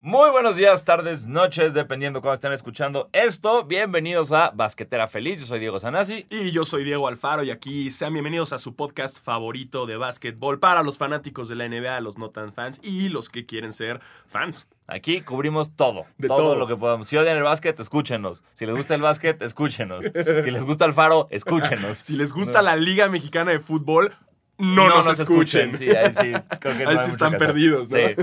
Muy buenos días, tardes, noches, dependiendo cuando estén escuchando esto. Bienvenidos a Basquetera Feliz. Yo soy Diego Sanasi. Y yo soy Diego Alfaro y aquí sean bienvenidos a su podcast favorito de básquetbol para los fanáticos de la NBA, los no tan fans y los que quieren ser fans. Aquí cubrimos todo, De todo, todo. lo que podamos. Si odian el básquet, escúchenos. Si les gusta el básquet, escúchenos. Si les gusta el faro, escúchenos. Si les gusta la Liga Mexicana de Fútbol, Ah. no, nos, escuchen. Sí, ahí sí, creo que no Ahí hay mucho sí están que hacer. perdidos, ¿no? Sí.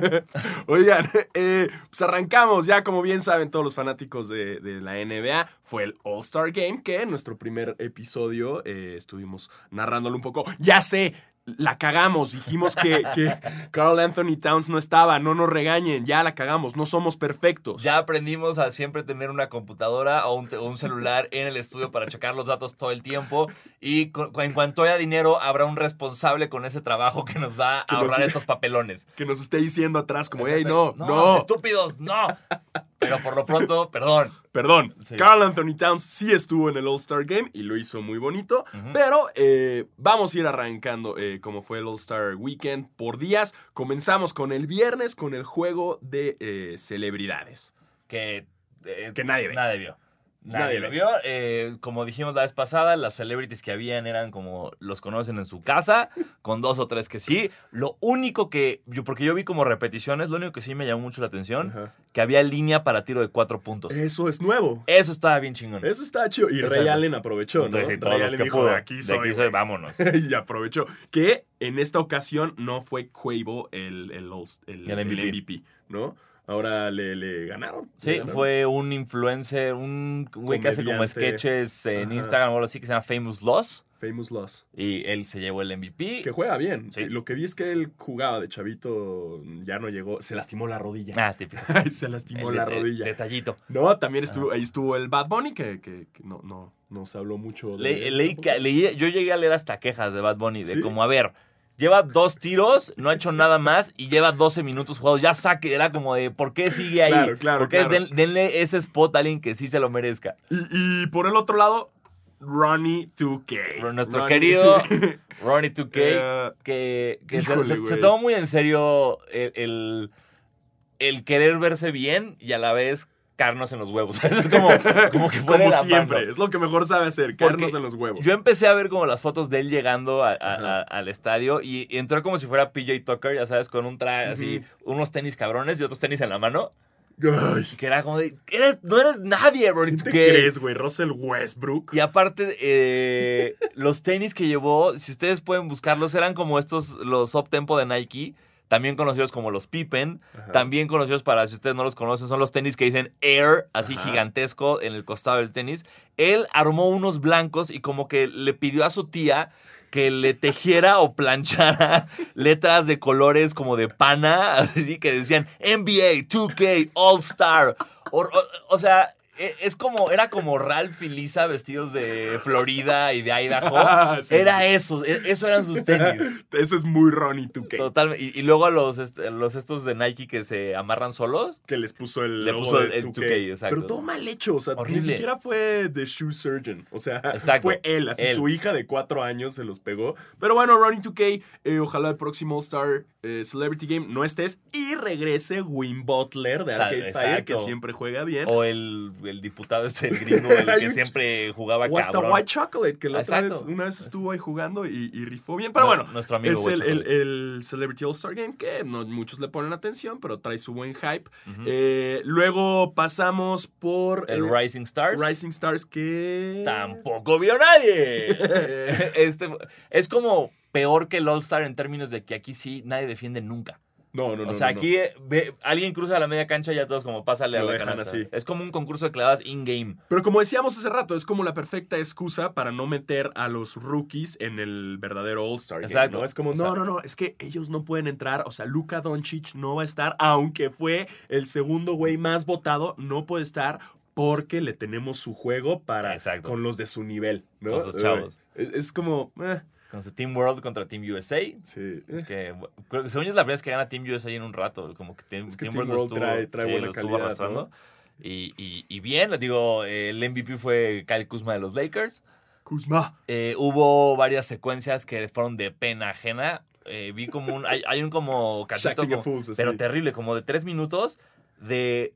Oigan, eh, pues arrancamos ya, como bien saben todos los fanáticos de, de la NBA, fue el All-Star Game, que en nuestro primer episodio eh, estuvimos narrándolo un poco. Ya sé, la cagamos, dijimos que, que Carl Anthony Towns no estaba, no nos regañen, ya la cagamos, no somos perfectos. Ya aprendimos a siempre tener una computadora o un, te- o un celular en el estudio para checar los datos todo el tiempo. Y cu- en cuanto haya dinero, habrá un responsable con ese trabajo que nos va a Que nos- ahorrar estos papelones. Que nos esté diciendo atrás como, hey, no, no, Estúpidos, no. Pero por lo pronto, perdón. Perdón, Sí. Carl Anthony Towns sí estuvo en el All-Star Game y lo hizo muy bonito, Ujú. pero eh, vamos a ir arrancando eh, como fue el All-Star Weekend por días. Comenzamos con el viernes con el juego de eh, celebridades. Que, eh, Que nadie ve. Nadie vio. Nadie, Nadie lo ve. vio. Eh, como dijimos la vez pasada, las celebrities que habían eran como los conocen en su casa, con dos o tres que sí. Lo único que, yo, porque yo vi como repeticiones, lo único que sí me llamó mucho la atención, que había línea para tiro de cuatro puntos. Eso es nuevo. Eso estaba bien chingón. Eso está chido. Y Exacto. Ray Allen aprovechó, ¿no? Entonces, sí, todos Ray los Allen que dijo, pudo. "De aquí soy, güey". vámonos. y aprovechó. Que en esta ocasión no fue Cuevo el, el, All- el- El el MVP. MVP. ¿no? Ahora le, le ganaron. Le Sí, ganaron. fue un influencer, un güey que hace como Comediante. sketches en Ajá. Instagram o algo así que se llama Famous Loss. Famous Loss. Y él se llevó el MVP. Que juega bien. Sí. Lo que vi es que él jugaba de chavito, ya no llegó, se lastimó la rodilla. Ah, típico. Ay, se El lastimó de- la de- Ah. rodilla. Detallito. No, también estuvo, ahí estuvo el Bad Bunny, que, que- que no, no, no se habló mucho de Le- él leí tampoco. que- leí- yo llegué a leer hasta quejas de Bad Bunny, de ¿Sí? como, a ver, lleva dos tiros, no ha hecho nada más y lleva 12 minutos jugados. Ya saque, era como de, ¿por qué sigue ahí? Claro, claro, Porque es claro. den- denle ese spot a alguien que sí se lo merezca. Y, y por el otro lado, Ronnie 2K. Nuestro Ronnie- querido Ronnie 2K. Eh, que, que se- Híjole, se, se güey. tomó muy en serio el, el- el querer verse bien y a la vez carnos en los huevos. es como, como que fue de como la siempre, mano. es lo que mejor sabe hacer, caernos en los huevos. Yo empecé a ver como las fotos de él llegando a- a- Ajá. a- al estadio y, y entró como si fuera PJ Tucker, ya sabes, con un traje así, Ujú. unos tenis cabrones y otros tenis en la mano. Ay, Y que era como de, "Eres- no eres nadie, Ronnie ¿Qué te 2K". crees, güey? Russell Westbrook. Y aparte, eh, los tenis que llevó, si ustedes pueden buscarlos, eran como estos, los up-tempo de Nike, también conocidos como los Pippen, Ajá. también conocidos para, si ustedes no los conocen, son los tenis que dicen Air, así Ajá. gigantesco en el costado del tenis. Él armó unos blancos y como que le pidió a su tía que le tejiera o planchara letras de colores como de pana, así que decían NBA, 2K, All Star. O, o- o sea, e- es como, era como Ralph y Lisa vestidos de Florida y de Idaho. Ah, sí, Era eso, e- eso eran sus tenis. Eso es muy Ronnie 2K. Total, y, y luego a los, este- los estos de Nike que se amarran solos. que les puso el Le logo puso de el 2K. 2K, exacto. Pero todo mal hecho, o sea, Horrible. ni siquiera fue The Shoe Surgeon. O sea, Exacto, fue él, así él. su hija de cuatro años se los pegó. Pero bueno, Ronnie 2K, eh, ojalá el próximo All-Star eh, Celebrity Game no estés y regrese Win Butler de Tal- Arcade Fire, exacto. que siempre juega bien. O, O el, el diputado este, el gringo, el que siempre jugaba hasta cabrón. White Chocolate, que la otra Exacto. vez, una vez estuvo ahí jugando y, y rifó bien. Pero No, bueno, nuestro amigo es White el, el- Chocolate. el Celebrity All-Star Game que no muchos le ponen atención, pero trae su buen hype. Ujú. Eh, luego pasamos por El eh, Rising Stars. Rising Stars que... Tampoco vio nadie. este, es como peor que el All-Star en términos de que aquí sí nadie defiende nunca. No, no, no. o sea, no, no. aquí eh, ve- alguien cruza la media cancha y ya todos como pásale Lo a la dejan canasta. así. Es como un concurso de clavadas in-game. Pero como decíamos hace rato, es como la perfecta excusa para no meter a los rookies en el verdadero All-Star. Game, Exacto. ¿no? Es como, O no, sea- no, no, es que ellos no pueden entrar. O sea, Luka Doncic no va a estar, aunque fue el segundo güey más votado, no puede estar porque le tenemos su juego para Exacto. con los de su nivel, ¿no? Con sus chavos. Eh, Es, es como, eh, Con su Team World contra Team USA. sí. eh. Que, bu- creo que según yo es la primera vez que gana Team USA en un rato. Como que Team, Es que Team Team World lo World trae- trae buena lo estuvo calidad, arrastrando. Y, y, y bien, les digo, eh, el MVP fue Kyle Kuzma de los Lakers. Kuzma. Eh, hubo varias secuencias que fueron de pena ajena. Eh, vi como un. Hay, hay un como. cachito Shaq como- Fools, así. pero terrible, como de tres minutos de...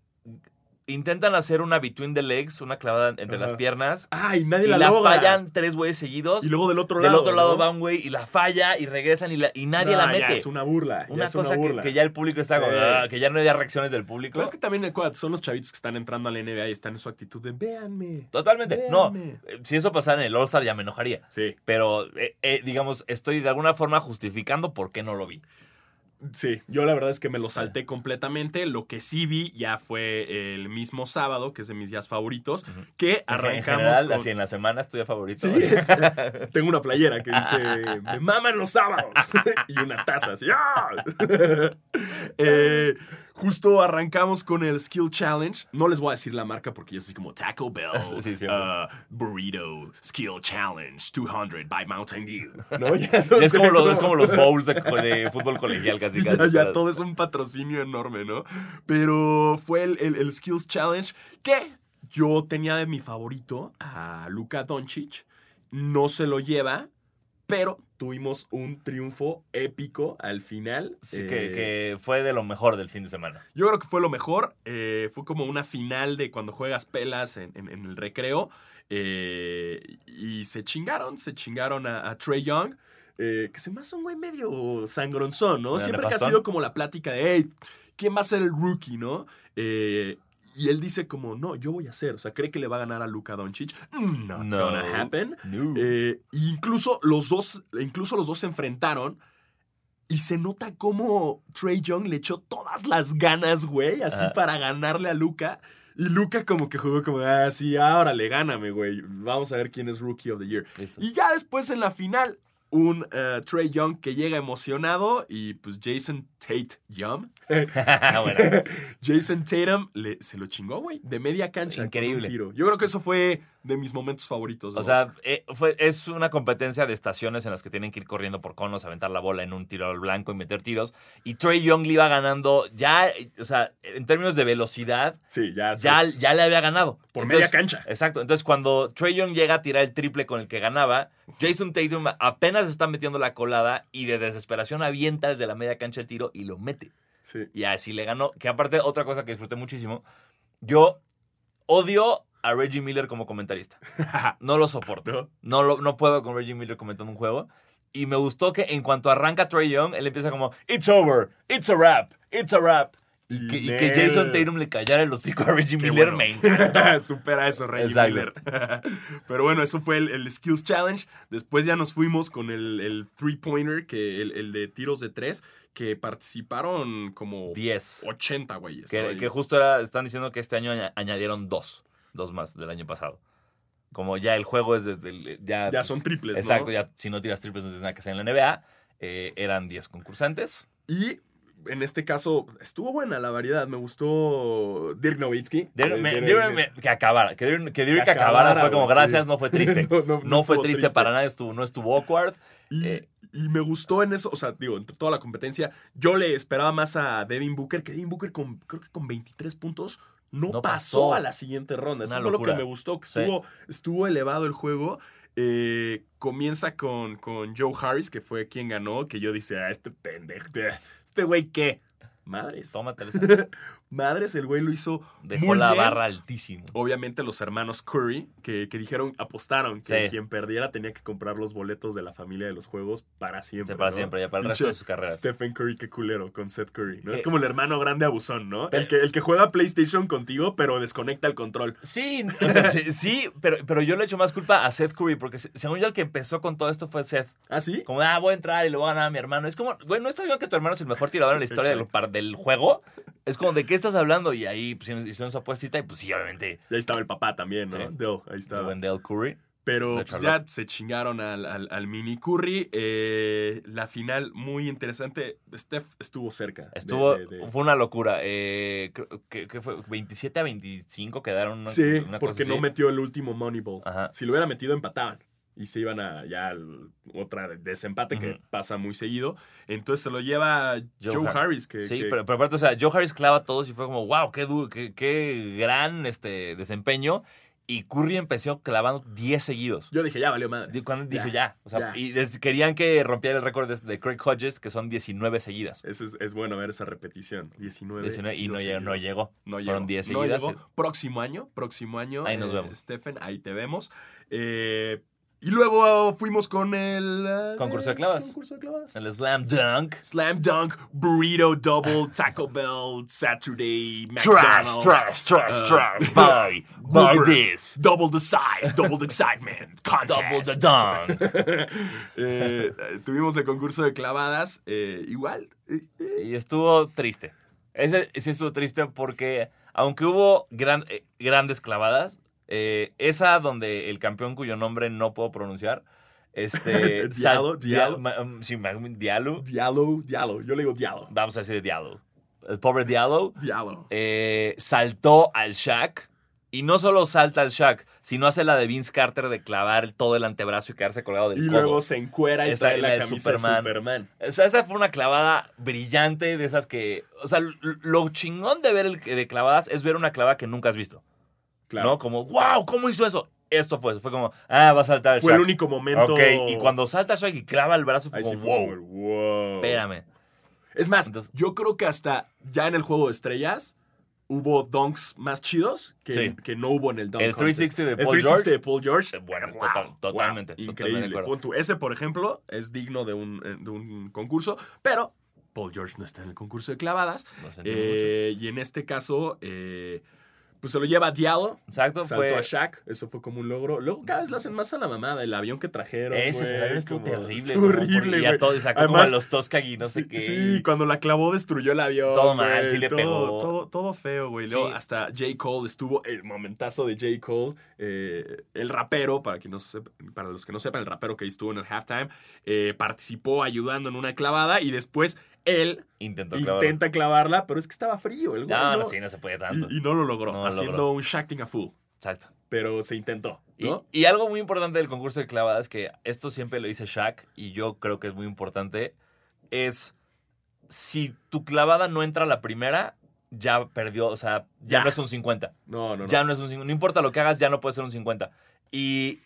Intentan hacer una between the legs, una clavada entre las Ajá. piernas. Ay, nadie Y la, la logra. fallan tres güeyes seguidos. Y luego del otro Del lado. otro lado ¿no? va un güey y la falla y regresan y, la- y nadie No, la ya mete. es una burla. ya una es cosa que- burla. Que, ya el público está como, Sí. "Ah", que ya no había reacciones del público. Pero es que también acuérdate, son los chavitos que están entrando a la NBA y están en su actitud de véanme. Totalmente. No, véanme". eh, si eso pasara en el All-Star ya me enojaría. Sí, Pero, eh, eh, digamos, estoy de alguna forma justificando por qué no lo vi. sí. Yo la verdad es que me lo salté completamente. Lo que sí vi ya fue el mismo sábado, que es de mis días favoritos, que en arrancamos general, con... así en la semana es tu día favorito. Sí, es- tengo una playera que dice Me maman los sábados y una taza así. ¡ah! Eh, justo arrancamos con el Skill Challenge. No les voy a decir la marca porque yo soy como Taco Bell, Sí, sí, uh, Burrito Skill Challenge 200 by Mountain Dew. ¿No? Ya no es, sé, como los, ¿no? es como los bowls de, de fútbol colegial casi. Sí, casi ya, ya pero- todo es un patrocinio enorme, ¿no? Pero fue el, el- el Skills Challenge que yo tenía de mi favorito a Luka Doncic. No se lo lleva, pero tuvimos un triunfo épico al final. Sí, que, Eh, que fue de lo mejor del fin de semana. Yo creo que fue lo mejor. eh, fue como una final de cuando juegas pelas en, en- en el recreo. eh, y se chingaron, se chingaron a, a Trey Young. eh, que se me hace un güey medio sangronzón, ¿no? Medio Siempre que ha nefastón. sido como la plática de, hey, ¿quién va a ser el rookie, no? Eh, y él dice como, no, yo voy a ser. O sea, cree que le va a ganar a Luka Doncic. Mm, Not No. gonna happen. No. Eh, incluso, los dos, incluso los dos se enfrentaron. Y se nota cómo Trey Young le echó todas las ganas, güey, así Ajá. para ganarle a Luca. Y Luca como que jugó como, ah, sí, ahora le gáname, güey. Vamos a ver quién es Rookie of the Year. Listo. Y ya después en la final, un eh, Trey Young que llega emocionado y pues Jason Tate Young. Bueno, Jason Tatum le- se lo chingó, güey, de media cancha. con un Increíble. tiro. Yo creo que eso fue de mis momentos favoritos. o ¿no? sea, eh, fue- es una competencia de estaciones en las que tienen que ir corriendo por conos, aventar la bola en un tiro al blanco y meter tiros. Y Trey Young le iba ganando ya, eh, o sea, en términos de velocidad, sí, ya. ya, es- ya le había ganado. Por Entonces, media cancha. Exacto. Entonces, cuando Trey Young llega a tirar el triple con el que ganaba, Jason Tatum apenas está metiendo la colada y de desesperación avienta desde la media cancha el tiro y lo mete. Sí. Y así le ganó. Que aparte, otra cosa que disfruté muchísimo, yo odio a Reggie Miller como comentarista. No lo soporto. ¿No? No, lo- no puedo con Reggie Miller comentando un juego. Y me gustó que en cuanto arranca Trey Young, él empieza como, It's over, it's a wrap, it's a wrap. Y que, y que Nel. Jason Tatum le callara el hocico a Reggie Miller bueno. me encanta. Supera eso, Reggie Exacto. Miller. Pero bueno, eso fue el, el Skills Challenge. Después ya nos fuimos con el, el three-pointer, que el, el de tiros de tres, que participaron como 10. 80 güeyes. ¿no? Que, Y- que justo era, están diciendo que este año aña- añadieron dos, dos más del año pasado. Como ya el juego es desde el- ya, ya son triples, ¿no? Exacto, ya si no tiras triples no tienes nada que hacer en la NBA. Eh, eran 10 concursantes. Y en este caso estuvo buena la variedad. Me gustó Dirk Nowitzki. Dieron- Eh, me- Dirk- dieron- me- que acabara, que dieron- que, dieron que acabara, acabara, fue como güey, sí. gracias, no fue triste. No, no- no No fue estuvo triste, para nada, estuvo, no estuvo awkward. Y, Eh. y me gustó en eso, o sea, digo, entre toda la competencia, yo le esperaba más a Devin Booker, que Devin Booker con, creo que con 23 puntos no, No pasó, pasó. a la siguiente ronda. Eso Una fue lo que locura. me gustó, que Sí. estuvo, estuvo elevado el juego. Eh, comienza con, con Joe Harris, que fue quien ganó, que yo dice, ah, este pendejo, este güey qué. Madres. Tómatela. Madres, el güey lo hizo Dejó muy la bien. barra altísimo. Obviamente los hermanos Curry, que, que dijeron, apostaron que Sí. quien perdiera tenía que comprar los boletos de la familia de los juegos para siempre. Sí, para ¿no? siempre, ya para el Pinche este resto de sus carreras. Stephen Curry, qué culero con Seth Curry. ¿no? ¿Qué? Es como el hermano grande abusón, ¿no? Pero- El que, el que juega PlayStation contigo, pero desconecta el control. Sí, o sea, sí, sí, pero, pero yo le echo más culpa a Seth Curry, porque se- según yo el que empezó con todo esto fue Seth. ¿Ah, sí? Como, ah, voy a entrar y le voy a ganar a mi hermano. Es como, güey, ¿no estás viendo que tu hermano es el mejor tirador en la historia del, Exacto. par- del juego? Es como, ¿de qué estás hablando? Y ahí pues, hicieron su apuestita y pues sí, obviamente, Y ahí estaba el papá también, ¿no? Sí. Dell, ahí de estaba. Wendell Curry. Pero De pues, ya Charlotte. se chingaron al, al- al mini Curry. Eh, la final muy interesante. Steph estuvo cerca. de- Estuvo, de- de- fue una locura. Eh, creo que, que fue 27 a 25 quedaron. una- Sí, una cosa porque no así. metió el último Moneyball. Ajá. Si lo hubiera metido, empataban. Y se iban a ya al- otra desempate que Ujú. pasa muy seguido. Entonces se lo lleva Joe, Joe Har- Harris. Que, Sí, que- pero, pero aparte, o sea, Joe Harris clava a todos y fue como, wow, qué duro, qué, qué gran este, desempeño. y Curry empezó clavando 10 seguidos. Yo dije, ya valió madre. Di- Cuando dijo ya. O sea, y des- querían que rompiera el récord de, de Craig Hodges, que son 19 seguidas. Eso es, es bueno ver esa repetición. 19. 19, y no, llegó llegó, no llegó. No llegó. Fueron 10 no seguidas. llegó. Próximo año, próximo año. eh, Ahí nos vemos. Stephen, ahí te vemos. Eh, y luego ah, fuimos con el... eh, Concurso de clavas. Concurso de clavas. El slam dunk. Slam Dunk, Burrito Double, Taco Bell, Saturday, Trash, McDonald's. trash, uh, trash, trash. Buy, buy Whopper. this. Double the size, double the excitement, contest. Double the dunk. Eh, eh, tuvimos el concurso de clavadas, eh, igual. eh, eh, Y estuvo triste. Ese sí estuvo triste porque, aunque hubo gran- eh, grandes clavadas, eh, esa donde el campeón cuyo nombre no puedo pronunciar, este. Diallo, sal- Diallo. Dial- ma- um, sí, ma- Diallo. Diallo, Diallo, yo le digo Diallo. Vamos a decir Diallo. El pobre Diallo Diallo. eh, saltó al Shaq. Y no solo salta al Shaq, sino hace la de Vince Carter de clavar todo el antebrazo y quedarse colgado del Y codo. luego se encuera y Esa trae es la, la de camisa Superman. de Superman. O sea, esa fue una clavada brillante de esas que. O sea, l- lo chingón de ver el de clavadas es ver una clavada que nunca has visto. Claro. ¿No? Como, wow, ¿cómo hizo eso? Esto fue eso. Fue como, ah, va a saltar el Fue el Shaq. único momento. Ok, y cuando salta Shaq y clava el brazo, fue Ahí sí como, fue wow, como el wow. espérame. Es más, Entonces- yo creo que hasta ya en el juego de estrellas hubo dunks más chidos que, Sí. que no hubo en el dunk El contest. 360 de El Paul 360 George. de Paul George. Eh, bueno, total- totalmente, totalmente Increíble. de acuerdo. Punto. Ese, por ejemplo, es digno de un, eh, de un concurso, pero Paul George no está en el concurso de clavadas. Lo sentí mucho. Eh, y en este caso, eh, pues se lo lleva Diallo. Exacto, Saltó fue. a Shaq, eso fue como un logro. Luego cada vez le hacen más a la mamada, el avión que trajeron. Ese güey, avión estuvo como- terrible. estuvo como por- horrible, Y a güey. todos, sacó Además- como a los Toscagui no sé Sí, qué. Sí, cuando la clavó destruyó el avión. Todo mal, güey, sí le todo, pegó. Todo, todo feo, güey. Sí. Luego hasta J. Cole estuvo el momentazo de J. Cole, eh, el rapero, para, quien no sepa- para los que no sepan, el rapero que estuvo en el halftime, eh, participó ayudando en una clavada y después él Intentó clavar. intenta clavarla, pero es que estaba frío el güey. No, no, sí, no se puede tanto. y, y no lo logró, No lo haciendo logró. un shacting a full. Exacto. Pero se intentó, Y, ¿no? y algo muy importante del concurso de clavadas, que esto siempre lo dice Shaq y yo creo que es muy importante, es si tu clavada no entra a la primera, ya perdió, o sea, ya, Ya. no es un 50. No, no, no. Ya no es un 50. No importa lo que hagas, ya no puede ser un 50. Y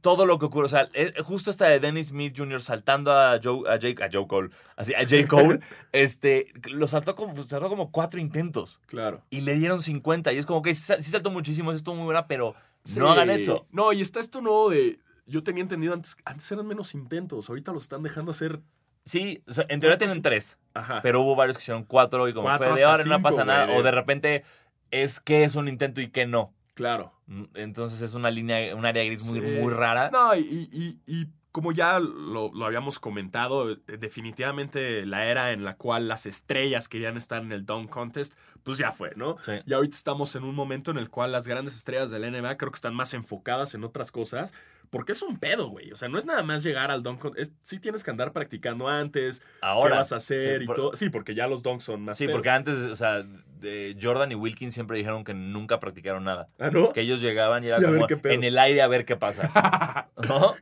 todo lo que ocurre, o sea, es- justo esta de Dennis Smith Jr. saltando a Joe, a Jake, a Joe Cole, así, a J. Cole, este, lo saltó como, saltó como cuatro intentos. Claro. Y le dieron 50. Y es como que sí, sal- sí saltó muchísimo, sí estuvo muy buena, pero Sí. no hagan eso. No, y está esto nuevo de. Yo tenía entendido antes, antes eran menos intentos, ahorita los están dejando hacer. Sí, o sea, en teoría ¿Cuántos? tienen tres, Ajá. pero hubo varios que hicieron cuatro y como ah. Cuatro fue de hasta ahora no pasa cinco, nada. güey. O de repente es que es un intento y que no. claro. Mm, Entonces es una línea, un área gris muy, Sí. muy rara. No, y, y- y- y como ya lo, lo habíamos comentado, eh, definitivamente la era en la cual las estrellas querían estar en el Dunk Contest, pues ya fue, ¿no? Sí. Y ahorita estamos en un momento en el cual las grandes estrellas del NBA creo que están más enfocadas en otras cosas, porque es un pedo, güey. O sea, no es nada más llegar al Dunk Contest, es- sí tienes que andar practicando antes, Ahora. qué vas a hacer Sí, y por- todo. Sí, porque ya los Dunks son más. Sí, pedo. porque antes, o sea, de- Jordan y Wilkins siempre dijeron que nunca practicaron nada. Ah, ¿no? Que ellos llegaban y era Y a ver como qué pedo. en el aire a ver qué pasa. ¿No?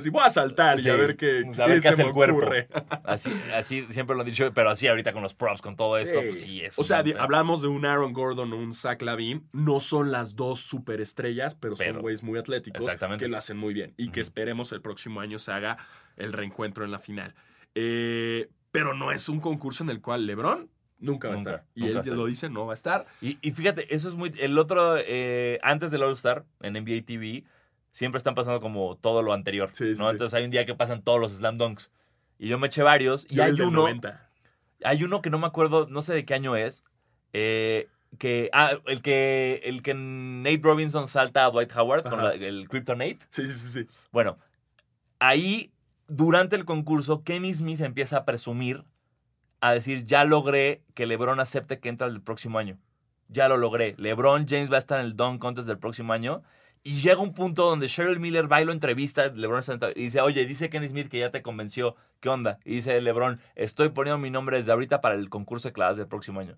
sí, voy a saltar y Sí, a ver qué, a ver qué hace me el cuerpo. ocurre. Así, así siempre lo han dicho, pero así ahorita con los props, con todo esto, pues sí, es o un sea, di- pedo. hablamos de un Aaron Gordon o un Zach Lavine. No son las dos superestrellas, pero, son Pero- güeyes muy atléticos Exactamente. que lo hacen muy bien. Y que Ujú. esperemos el próximo año se haga el reencuentro en la final. Eh, pero no es un concurso en el cual LeBron nunca va Nunca, a estar. Y nunca él va a ya estar. lo dice, no va a estar. Y, y fíjate, eso es muy. El otro, eh, antes del All-Star, en NBA TV, siempre están pasando como todo lo anterior. Sí, sí, ¿no? sí. Entonces hay un día que pasan todos los slam dunks. Y yo me eché varios. Y Yo hay el del uno. 90. Hay uno que no me acuerdo, no sé de qué año es. eh, que. Ah, el que. El que Nate Robinson salta a Dwight Howard con Ajá. la- el Kryptonate. Sí, sí, sí, sí. Bueno, ahí, durante el concurso, Kenny Smith empieza a presumir, a decir, ya logré que LeBron acepte que entra el próximo año. Ya lo logré. LeBron James va a estar en el Dunk Contest del próximo año. Y llega un punto donde Cheryl Miller va y lo entrevista, LeBron está entrev- y dice, oye, dice Kenny Smith que ya te convenció, ¿qué onda? Y dice LeBron, estoy poniendo mi nombre desde ahorita para el concurso de clases del próximo año.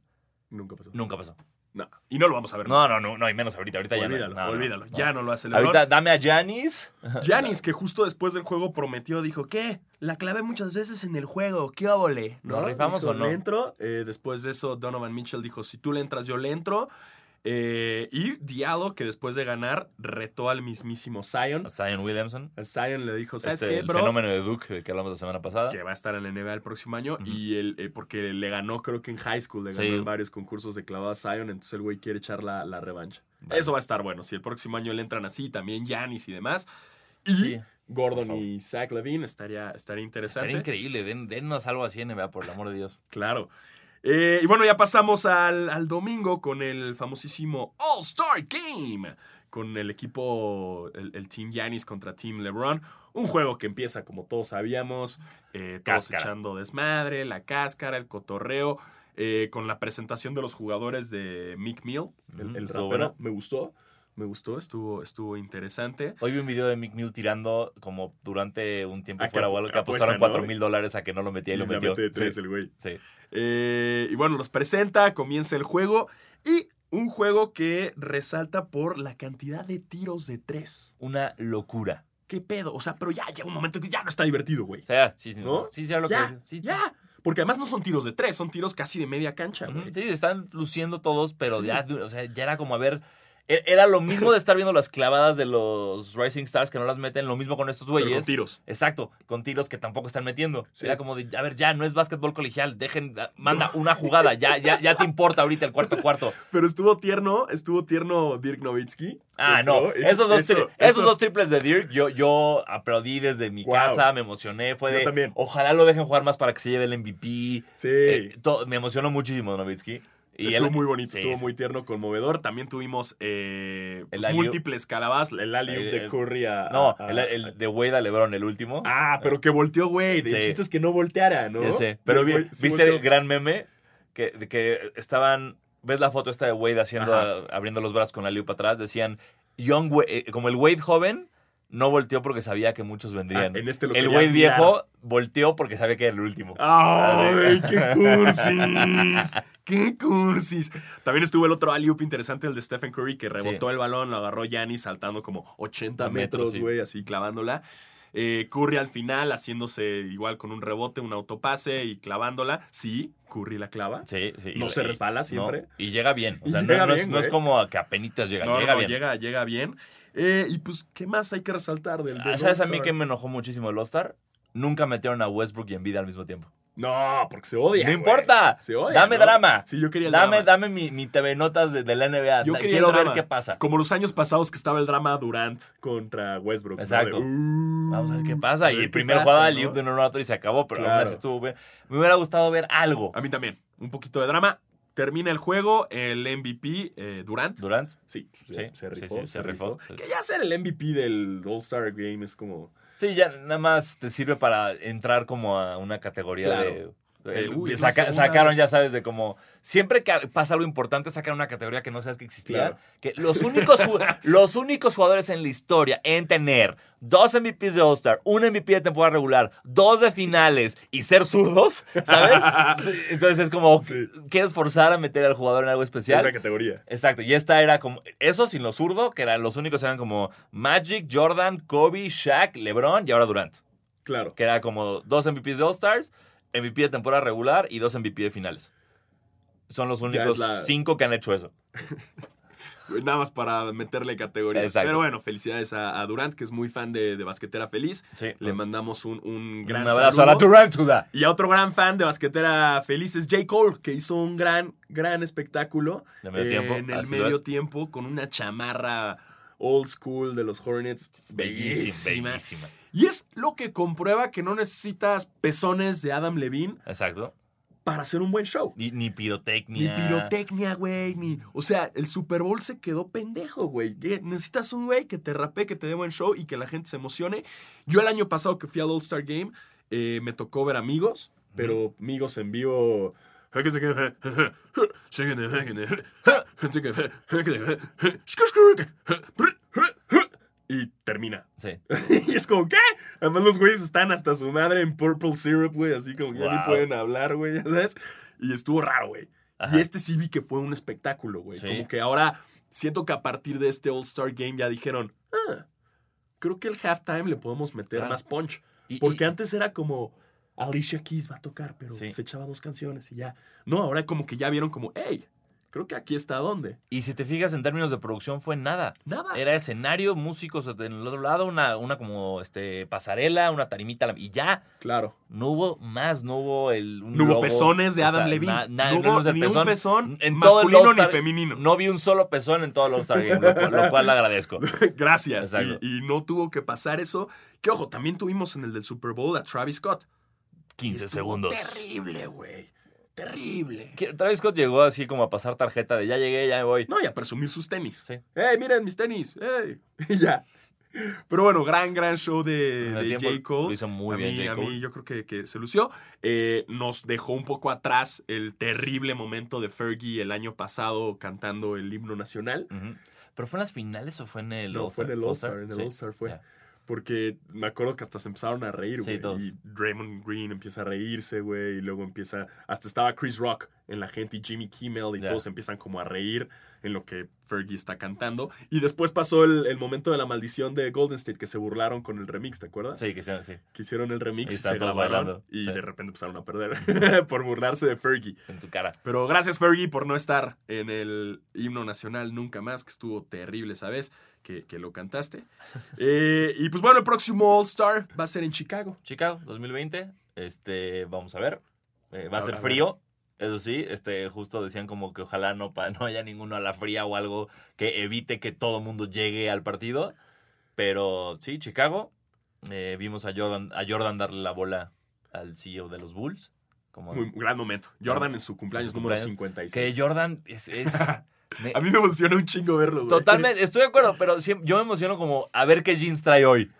Nunca pasó. Nunca pasó. No. Y no lo vamos a ver. No, no, no, no, y menos ahorita, ahorita ya no. olvídalo, No, no, olvídalo. no. Ya no lo hace LeBron. Ahorita dame a Janis. Janis, que justo después del juego prometió, dijo, ¿qué? La clavé muchas veces en el juego, ¿qué óvole? ¿Nos rifamos Dijo, o no? "Le entro". Eh, después de eso, Donovan Mitchell dijo, si tú le entras, yo le entro. Eh, y Diallo, que después de ganar, retó al mismísimo Zion. Zion Williamson. A Zion le dijo, ¿sabes Este, qué, el bro? fenómeno de Duke del que hablamos la semana pasada. Que va a estar en la NBA el próximo año. Ujú. Y él, eh, porque le ganó, creo que en high school, le ganó Sí. en varios concursos de clavada a Zion. Entonces el güey quiere echar la, la revancha. Vale. Eso va a estar bueno. Si el próximo año le entran así, también Giannis y demás. Y Sí. Gordon Por favor. y Zach Levine estaría, estaría interesante. Sería increíble. Den, dennos algo así, NBA, por el amor de Dios. Claro. Eh, y bueno, ya pasamos al, al domingo con el famosísimo All-Star Game. Con el equipo, el, el Team Giannis contra Team LeBron. Un juego que empieza, como todos sabíamos, eh, todos Cáscara. echando desmadre, la cáscara, el cotorreo. eh, con la presentación de los jugadores de Mick Mill, el, Ujú, el Mm, estuvo rapero. buena. Me gustó, me gustó, estuvo, estuvo interesante. Hoy vi un video de Mick Mill tirando como durante un tiempo Ah, que fuera apu- o algo que apuesta, apostaron ¿no? 4 mil dólares a que no lo metía y lo Y la metió. mete de tres Sí, el güey. sí. Eh, y bueno, los presenta, comienza el juego y un juego que resalta por la cantidad de tiros de tres. Una locura. ¿Qué pedo? O sea, pero ya llega un momento que ya no está divertido, güey. O sea, sí, sí, ¿No? sí, sí, era lo que Ya, decía. Sí, ya. Porque además no son tiros de tres, son tiros casi de media cancha, Ujú, güey. Sí, están luciendo todos, pero Sí. ya, o sea, ya era como a ver. e- Era lo mismo de estar viendo las clavadas de los Rising Stars que no las meten, lo mismo con estos Pero con güeyes. tiros. Exacto, con tiros que tampoco están metiendo. Sí. Era como de, a ver, ya no es básquetbol colegial, dejen, da- manda una jugada, ya, ya, ya te importa ahorita el cuarto cuarto. Pero estuvo tierno, estuvo tierno Dirk Nowitzki. Ah, no, Entró, esos dos, eso, tri- eso. esos dos triples de Dirk, yo, yo aplaudí desde mi Wow. casa, me emocioné, fue Yo de, también. ojalá lo dejen jugar más para que se lleve el MVP. Sí. Eh, to- me emocionó muchísimo Novitsky. Y estuvo él- muy bonito, sí, estuvo sí. muy tierno, conmovedor. También tuvimos eh, pues, alley-oop. múltiples calabazas, el alley El- de el- Curry a... Eh, No, a- el, el de Wade a LeBron, el último. Ah, pero que volteó, güey. De Sí. chiste es que no volteara, ¿no? Ya sé. Pero vi- Güey, sí viste el volteó. gran meme que, de que estaban. ¿Ves la foto esta de Wade haciendo, Ajá. abriendo los brazos con la liupa atrás? Decían, Young Wa- eh, como el Wade joven, no volteó porque sabía que muchos vendrían. Ah, en este lo el quería Ah, Wade mirar. viejo volteó porque sabía que era el último. ¡Ay, qué cursis! ¡Qué cursis! También estuvo el otro alley-oop interesante, el de Stephen Curry, que rebotó el balón, lo agarró Giannis saltando como 80 A metros, metros, sí. güey, así clavándola. Eh, Curry al final haciéndose igual con un rebote, un autopase y clavándola. Sí, Curry la clava. Sí, sí. No Y- se y- resbala siempre. no, y llega bien. O Y sea, no, llega no es, bien, no es güey. como que apenitas llega, No, llega no, bien. llega, llega bien. Eh, y pues, ¿qué más hay que resaltar del Ah, del ¿Sabes a mí All-Star? que me enojó muchísimo el All-Star? Nunca metieron a Westbrook y Embiid al mismo tiempo. No, porque se odia. ¡No importa! Se odia. Dame ¿no? drama. Sí, yo quería el Dame, drama. dame mi, mi TV notas de, de la NBA. Yo Da- quería Quiero el ver drama. qué pasa. Como los años pasados que estaba el drama Durant contra Westbrook. ¿no? Exacto. De, "Uh, Vamos a ver qué pasa. a Y ver el qué primer pasa, jugada ¿no? del de un y se acabó, pero aún Claro. así estuvo bien. Me hubiera gustado ver algo. A mí también. Un poquito de drama. Termina el juego. El MVP, eh, Durant. Durant. Sí, Sí, se sí, rifó. sí, se rifó. Que ya ser el MVP del All-Star Game es como. Sí, ya nada más te sirve para entrar como a una categoría Claro. de. de- El- uy, es la saca- segunda sacaron, vez. ya sabes, de como. Siempre que pasa algo importante, sacan una categoría que no sabes que existía. Claro. Que los únicos, ju- los únicos jugadores en la historia en tener dos MVPs de All-Star, un MVP de temporada regular, dos de finales y ser zurdos, ¿sabes? Sí, Entonces es como. Sí. ¿Quieres forzar a meter al jugador en algo especial? Otra categoría. Exacto, y esta era como, eso sin lo zurdo, que eran los únicos eran como Magic, Jordan, Kobe, Shaq, LeBron y ahora Durant, Claro. que era como dos MVPs de All-Stars, MVP de temporada regular y dos MVP de finales. Son los únicos es la- cinco que han hecho eso. Nada más para meterle categoría. Exacto. Pero bueno, felicidades a, a Durant, que es muy fan de, de Basquetera Feliz. Sí. Le un, mandamos un, un gran abrazo saludo. a la Durantuda. Y a otro gran fan de basquetera feliz es J. Cole, que hizo un gran, gran espectáculo eh, De medio tiempo, en el así medio lo es. tiempo con una chamarra old school de los Hornets. Bellísima, Bellísima. bellísima. Y es lo que comprueba que no necesitas pezones de Adam Levine Exacto. para hacer un buen show. Ni, ni Ni pirotecnia. pirotecnia, güey, ni... O sea, el Super Bowl se quedó pendejo, güey. Eh, Necesitas un güey que te rapee, que te dé buen show y que la gente se emocione. Yo el año pasado que fui al All-Star Game, eh, me tocó ver amigos, pero amigos en vivo... Y termina. Sí. Y es como, ¿qué? Además, los güeyes están hasta su madre en Purple Syrup, güey. Así como que ya ni Wow. pueden hablar, güey, ya ¿sabes? Y estuvo raro, güey. Ajá. Y este sí vi que fue un espectáculo, güey. Sí. Como que ahora siento que a partir de este All-Star Game ya dijeron, ah, creo que el halftime le podemos meter Claro. más punch. Y- y- Porque antes era como, Alicia Keys va a tocar, pero Sí. se echaba dos canciones y ya. No, ahora como que ya vieron como, hey, Creo que aquí está donde. Y si te fijas en términos de producción fue nada. Nada. Era escenario, músicos en el otro lado, una, una como este pasarela, una tarimita a la- y ya. Claro. No hubo más, no hubo el un No hubo logo. pezones de O Adam sea, Levine. na- na- no hubo hablemos del ni un pezón En todo el masculino ni All-Star- femenino. No vi un solo pezón en todo el All-Star Game, lo, cual- lo cual le agradezco. Gracias. Exacto. Y, y no tuvo que pasar eso. Que ojo, también tuvimos en el del Super Bowl a Travis Scott. 15 Estuvo segundos. Terrible, güey. Terrible. Que Travis Scott llegó así como a pasar tarjeta de ya llegué, ya me voy. No, y a presumir sus tenis. Sí. ¡Ey, miren mis tenis! ¡Ey! Y ya. Pero bueno, gran, gran show de, En de el tiempo J. Cole. Lo hizo muy a bien mí, J. a Cole. mí yo creo que, que se lució. Eh, nos dejó un poco atrás el terrible momento de Fergie el año pasado cantando el himno nacional. Ujú. ¿Pero fue en las finales o fue en el No, fue All-Star? en el All-Star, en el Sí, All-Star fue. ya. Porque me acuerdo que hasta se empezaron a reír, Sí, güey. todos. y Draymond Green empieza a reírse, güey. Y luego empieza. Hasta estaba Chris Rock en la gente y Jimmy Kimmel. Y Ya. todos empiezan como a reír en lo que Fergie está cantando. Y después pasó el, el momento de la maldición de Golden State, que se burlaron con el remix, ¿te acuerdas? Sí, que sí, sí. Que hicieron el remix Y y están se todos grabaron. bailando, Y sí. de repente empezaron a perder por burlarse de Fergie. En tu cara. Pero gracias, Fergie, por no estar en el himno nacional nunca más, que estuvo terrible, ¿sabes? Que, que lo cantaste. Eh, y pues bueno, el próximo All-Star va a ser en Chicago. Chicago, 2020. Este, vamos a ver. Eh, va a A ser ver. frío. Eso sí, este, justo decían como que ojalá no, pa- no haya ninguno a la fría o algo que evite que todo mundo llegue al partido. Pero sí, Chicago. Eh, vimos a Jordan, a Jordan darle la bola al CEO de los Bulls. Como Muy, gran momento. Jordan en su cumpleaños En su número cumpleaños. 56. que Jordan es. es- me- A mí me emociona un chingo verlo, güey. Totalmente, estoy de acuerdo, pero siem- yo me emociono como a ver qué jeans trae hoy.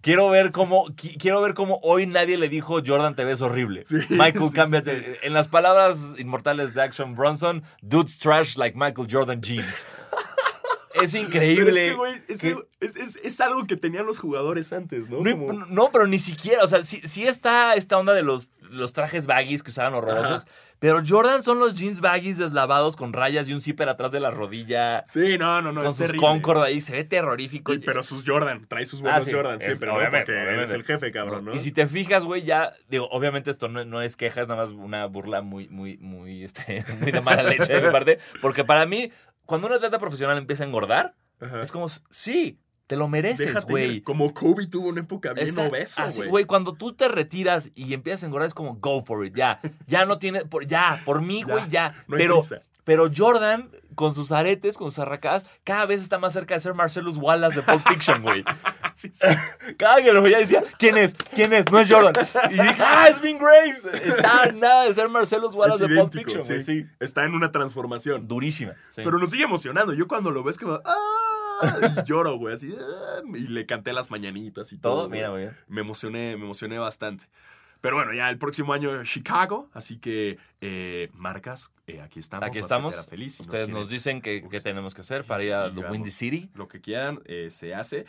Quiero ver cómo, qui- quiero ver cómo hoy nadie le dijo Jordan te ves horrible. Sí, Michael, sí, cámbiate. sí, En las palabras inmortales de Action Bronson, dudes trash like Michael Jordan jeans. es Pero increíble. es que, güey, es, que- es- es- es algo que tenían los jugadores antes, ¿no? No, Como- imp- no, pero ni siquiera. O sea, sí, sí está esta onda de los, los trajes baggies que usaban horrorosos. Pero Jordan son los jeans baggies deslavados con rayas y un zipper atrás de la rodilla. Sí, no, no, no. con es sus terrible. Concord ahí. Se ve terrorífico. Y- pero sus Jordan, trae sus buenos sí, Jordan es- siempre, ¿no? obviamente, Porque él es obviamente. el jefe, cabrón, ¿no? Y si te fijas, güey, ya, digo, obviamente esto no, no es queja, es nada más una burla muy, muy, muy, este, muy de mala leche de mi parte. Porque para mí, cuando un atleta profesional empieza a engordar, Ajá. es como, sí, te lo mereces, Déjate ir. güey. Como Kobe tuvo una época bien Esa- obeso, así, güey, cuando tú te retiras y empiezas a engordar, es como, go for it, ya. Ya no tienes, por, ya, por mí, Ya, güey, ya. No hay Pero, prisa. pero Jordan, con sus aretes, con sus arracadas, cada vez está más cerca de ser Marcellus Wallace de Pulp Fiction, güey. Sí, sí. Cada que lo veía decía, ¿quién es? ¿Quién es? No es Jordan. Y dije, ¡ah, es Vin Graves! Está a nada de ser Marcelo Es Wallace de Pulp idéntico, Fiction, sí. güey. Sí. Está en una transformación. Durísima. sí. Pero nos sigue emocionando. Yo cuando lo ves que va, ¡ah! Y lloro, güey, así. ¡ah! Y le canté las mañanitas y todo. todo, güey. mira, güey. Me emocioné, me emocioné bastante. Pero bueno, ya el próximo año Chicago, así que eh, marcas, eh, aquí estamos. Aquí Basquetera estamos. Feliz, si nos Ustedes quieren nos dicen que- qué Ustedes- tenemos que hacer para ir a The Digamos. Windy City. lo que quieran, eh, se hace.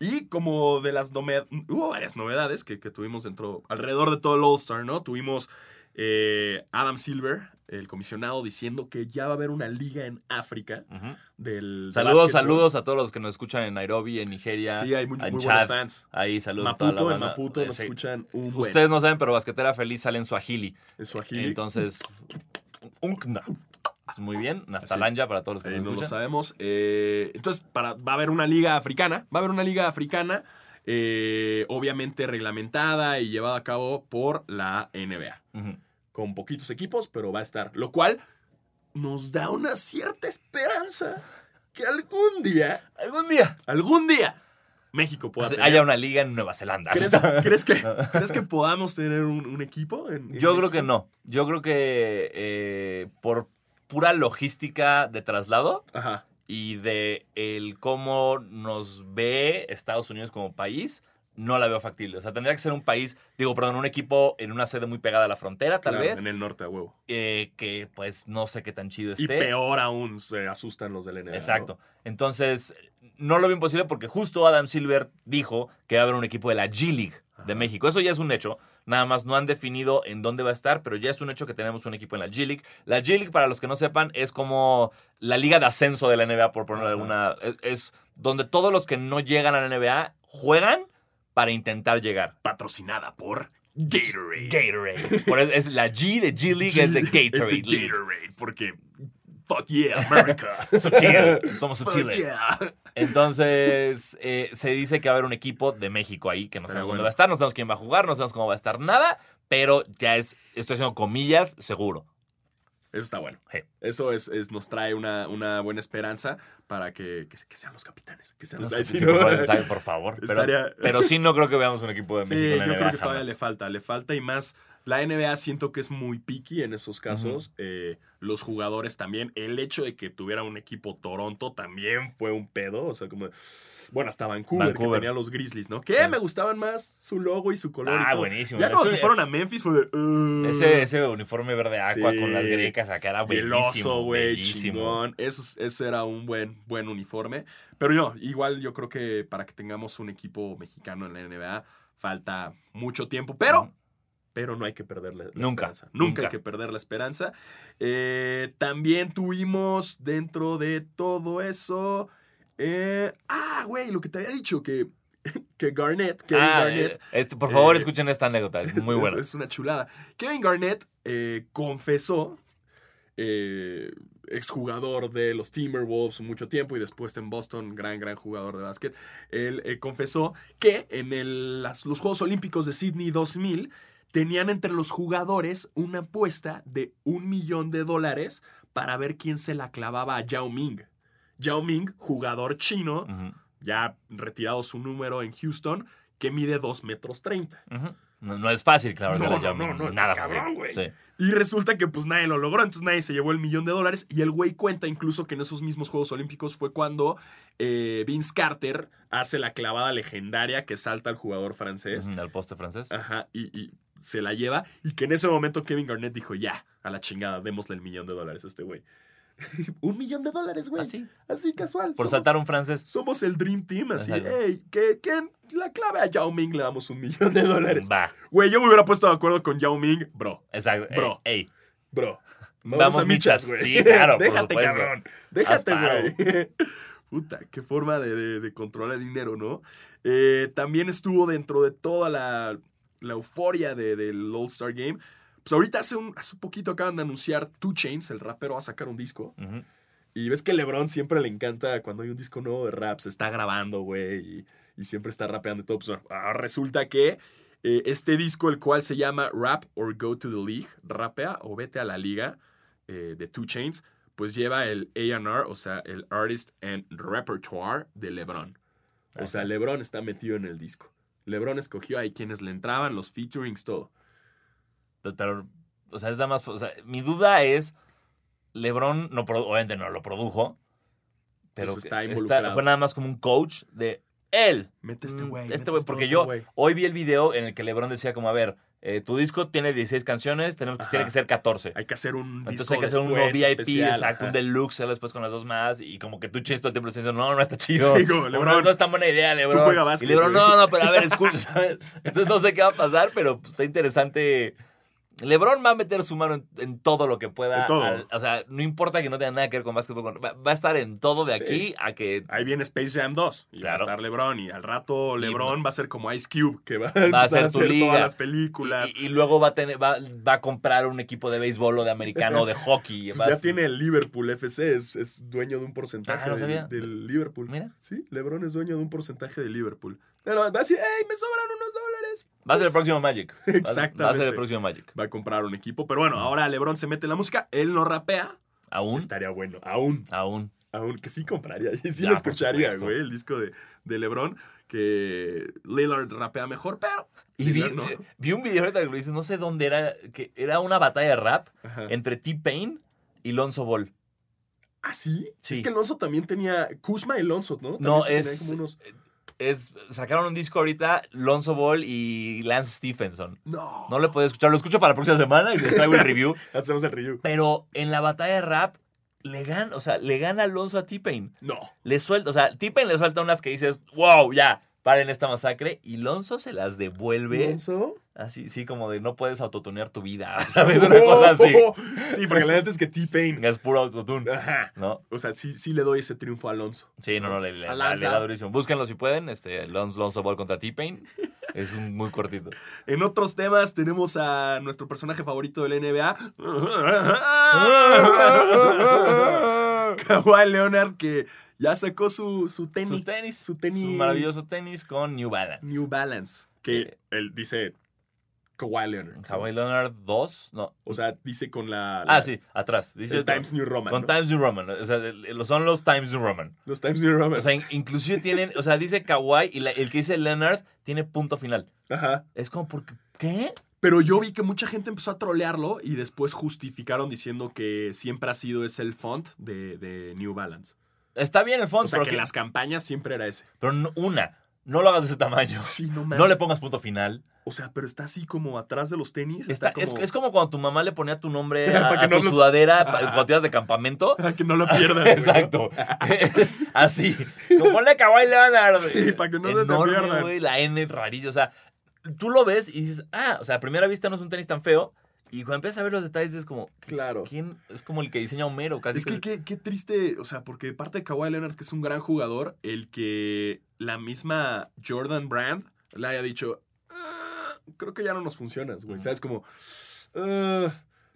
Y como de las novedades, hubo varias novedades que, que tuvimos dentro, alrededor de todo el All-Star, ¿no? Tuvimos eh, Adam Silver, el comisionado, diciendo que ya va a haber una liga en África Ujú. del. de Saludos, básquetbol. saludos a todos los que nos escuchan en Nairobi, en Nigeria. Sí, hay muy, en muy buenos Chad. fans. Ahí, saludos a toda la Maputo, en banda. Maputo nos Sí. escuchan un buen. Ustedes no saben, pero Basquetera Feliz sale en Swahili. en Swahili. Entonces, un kna. Es Muy bien, Naftalanja para todos los que Eh, nos no lo escuchan. sabemos. Eh, entonces, para, va a haber una liga africana. Va a haber una liga africana, eh, obviamente reglamentada y llevada a cabo por la NBA. Ujú. Con poquitos equipos, pero va a estar. Lo cual nos da una cierta esperanza que algún día, Algún día algún día, México pueda Pues, tener. haya una liga en Nueva Zelanda. ¿Crees, crees que, crees que podamos tener un, un equipo? en- en Yo creo que México? no. Yo creo que eh, por pura logística de traslado Ajá. y de el cómo nos ve Estados Unidos como país, no la veo factible. O sea, tendría que ser un país, digo, perdón, un equipo en una sede muy pegada a la frontera, tal Claro, vez, En el norte, a huevo. eh, que pues no sé qué tan chido esté. Y peor aún, se asustan los del NBA. ¿no? Este Exacto. Entonces, no lo veo imposible porque justo Adam Silver dijo que va a haber un equipo de la G League de Ajá. México. Eso ya es un hecho. Nada más no han definido en dónde va a estar, pero ya es un hecho que tenemos un equipo en la G League. La G League, para los que no sepan, es como la liga de ascenso de la NBA, por poner Ajá. alguna. Es, es donde todos los que no llegan a la NBA juegan para intentar llegar. patrocinada por Gatorade. Gatorade. Por eso es la G de G League, es de Es de Gatorade. League. Gatorade, este porque Fuck yeah, America. Sutil. Somos sutiles. yeah. Entonces, eh, se dice que va a haber un equipo de México ahí, que no Estaría sabemos bueno. dónde va a estar, no sabemos quién va a jugar, no sabemos cómo va a estar nada, pero ya es, estoy haciendo comillas, seguro. Eso está bueno. Sí. Eso es, es- nos trae una, una buena esperanza para que, que, que sean los capitanes. Que sean los Sí, capitanes. por favor, sabe, por favor. Pero, Estaría- pero sí no creo que veamos un equipo de Sí, México en la yo creo NBA que todavía jamás. le falta, le falta y más. La NBA siento que es muy picky en esos casos. eh, los jugadores también. El hecho de que tuviera un equipo Toronto también fue un pedo. O sea, como. Bueno, hasta Vancouver, que Vancouver. tenía los Grizzlies, ¿no? Que Sí. me gustaban más su logo y su color. y Ah, todo. buenísimo. Ya como Ese- se fueron a Memphis, fue de, "Uh". Ese, ese uniforme verde agua Sí. con las grecas acá era Y el bellísimo. oso, güey, bellísimo. chingón. Eso, es- ese era un buen, buen uniforme. Pero yo, igual yo creo que para que tengamos un equipo mexicano en la NBA falta mucho tiempo. Pero pero no hay que perder la, la Nunca, esperanza. Nunca, nunca. hay que perder la esperanza. Eh, también tuvimos dentro de todo eso. eh, ah, güey, lo que te había dicho, que, que Garnett, Kevin Ah, Garnett. eh, este, por favor, eh, escuchen esta anécdota, es muy es- buena. Es, una chulada. Kevin Garnett eh, confesó, eh, exjugador de los Timberwolves mucho tiempo y después en Boston, gran, gran jugador de básquet. Él eh, confesó que en el- las- los Juegos Olímpicos de Sydney 2000 tenían entre los jugadores una apuesta de un millón de dólares para ver quién se la clavaba a Yao Ming. Yao Ming, jugador chino, Ujú, ya retirado su número en Houston, que mide 2 metros 30. ujú. No, no es fácil, claro. No, se la no, llama- no, no, nada está fácil. cabrón, güey. Sí. Y resulta que pues nadie lo logró, entonces nadie se llevó el millón de dólares. Y el güey cuenta incluso que en esos mismos Juegos Olímpicos fue cuando eh, Vince Carter hace la clavada legendaria que salta al jugador francés. Ujú, Al poste francés. Ajá, y, y se la lleva. Y que en ese momento Kevin Garnett dijo, ya, a la chingada, démosle el millón de dólares a este güey. un millón de dólares, güey. Así, Así, casual. por somos- saltar un francés. Somos el Dream Team, así. Ajá. Ey, que quien la clave a Yao Ming le damos un millón de dólares. Va, Güey, yo me hubiera puesto de acuerdo con Yao Ming, bro. exacto. ey, Bro. ey, Bro. Vamos a michas, sí, claro, por Déjate, supuesto. cabrón. Déjate, Haz güey. Puta, qué forma de, de- de controlar el dinero, ¿no? Eh, también estuvo dentro de toda la, la euforia de- del All-Star Game. Pues ahorita hace un, hace un poquito acaban de anunciar Two Chains, el rapero, va a sacar un disco. ujú. Y ves que LeBron siempre le encanta cuando hay un disco nuevo de rap, se está grabando, güey, y, y siempre está rapeando y todo. Pues, ah, resulta que eh, este disco, el cual se llama Rap or Go to the League, rapea o vete a la liga eh, de Two Chains, pues lleva el AR, o sea, el Artist and Repertoire de LeBron. O Ahí sea, LeBron está metido en el disco. LeBron escogió ahí quienes le entraban, los featurings, todo. Pero, pero, o sea, es nada más. o sea, mi duda es: LeBron, no, produ- obviamente no lo produjo, pero Pues está que- involucrado. fue nada más como un coach de él. Mete este Mm, güey. este mete güey, este porque otro yo- güey. Hoy vi el video en el que LeBron decía, como, a ver, eh, tu disco tiene 16 canciones, tenemos que, Ajá. tiene que ser 14. Hay que hacer un Entonces disco hay que hacer un nuevo después VIP, especial, exacto, ajá. un deluxe, solo después con las dos más. Y como que tú chistes todo el tiempo diciendo, no, no está chido. Sí, como, O, "Lebrón, no, no es tan buena idea, Lebron. juega y básquet, Lebron, güey. no, no, pero a ver, escucha, ¿sabes? Entonces no sé qué va a pasar, pero pues, está interesante. Lebron va a meter su mano en, en todo lo que pueda. En todo. o sea, no importa que no tenga nada que ver con básquetbol. con- va, va a estar en todo de Sí. aquí a que Ahí viene Space Jam 2 y va a Claro. estar LeBron y al rato LeBron va a ser como Ice Cube que va a, a empezar hacer su liga. todas las películas. Y, y- y luego va a, tener, va, va a comprar un equipo de béisbol o de americano o de hockey. Pues Va ya a- tiene el Liverpool FC, es, es dueño de un porcentaje Ah, no del- sabía. del, Liverpool. Mira. Sí, LeBron es dueño de un porcentaje de Liverpool. Pero va a decir, ¡ey, me sobran unos dólares! Va a ser el próximo Magic. Va a- Va a ser Pues Exactamente. el próximo Magic. Va a comprar un equipo, pero bueno, ahora LeBron se mete en la música, él no rapea. Mm. Aún, Estaría bueno, aún, aún. aún que sí compraría y sí Ya, lo por escucharía, supuesto. güey, el disco de, de LeBron, que Lillard rapea mejor, pero... Y vi, Lillard no. eh, vi un video ahorita que lo dices, no sé dónde era, que era una batalla de rap Ajá. entre T-Pain y Lonzo Ball. ¿Ah, sí? Sí. Es que Alonso también tenía. Kuzma y Lonzo, ¿no? También No, se tenían es- eh, como unos- Es, sacaron un disco ahorita, Lonzo Ball y Lance Stephenson. No. No le puedo escuchar, lo escucho para la próxima semana y les traigo el review. Hacemos el review. Pero en la batalla de rap, le gana, o sea, le gana Lonzo a T-Pain. No. Le suelta, o sea, T-Pain le suelta unas que dices, wow, ya, paren esta masacre. Y Lonzo se las devuelve. ¿Lonzo? Así, sí, como de no puedes autotunear tu vida, ¿sabes? Una cosa así. Sí, porque la neta es que T-Pain. Es puro autotune, Ajá. ¿no? O sea, sí, sí le doy ese triunfo a Alonso. Sí, no, no, le, le- Alanza. le da durísimo. Búsquenlo si pueden. Este, Lonzo, Lonzo Ball contra T-Pain. Es un- muy cortito. En otros temas tenemos a nuestro personaje favorito del NBA. Sus Kawhi Leonard que ya sacó su, su tenis. tenis. su tenis. Su maravilloso tenis con New Balance. New Balance. Que él dice Kawhi Leonard. Eh. Kawhi Leonard 2. No. O sea, dice con la. la- Ah, sí, atrás. Dice el Times New Roman. Con ¿no? Times New Roman. O sea, el- los- son los Times New Roman. Los Times New Roman. O sea, in- inclusive tienen. O sea, dice Kawhi y la- el que dice Leonard tiene punto final. Ajá. Es como porque. ¿Qué? Pero yo vi que mucha gente empezó a trolearlo y después justificaron diciendo que siempre ha sido ese el font de, de New Balance. Está bien el fondo, O sea, pero, que en que- las campañas siempre era ese. pero no- una. No lo hagas de ese tamaño. Sí, no No le pongas punto final. O sea, pero está así como atrás de los tenis. Está- Está, es, como... es como cuando tu mamá le ponía tu nombre a, Para que a no tu los- sudadera pa- Ajá. cuando te ibas de campamento. Para que no lo pierdas. güey. Exacto. Así. Como ponle Kawhi Leonard. Sí, para que no se te Enorme, pierdan. güey, la N rarillo. O sea, tú lo ves y dices, ah, o sea, a primera vista no es un tenis tan feo. Y cuando empiezas a ver los detalles es como, Claro. ¿quién? Es como el que diseña Homero, casi. Es que qué, qué triste, o sea, porque de parte de Kawhi Leonard, que es un gran jugador, el que la misma Jordan Brand le haya dicho, "Ah, creo que ya no nos funcionas, güey. Mm. ¿Sabes? Como, "Ah,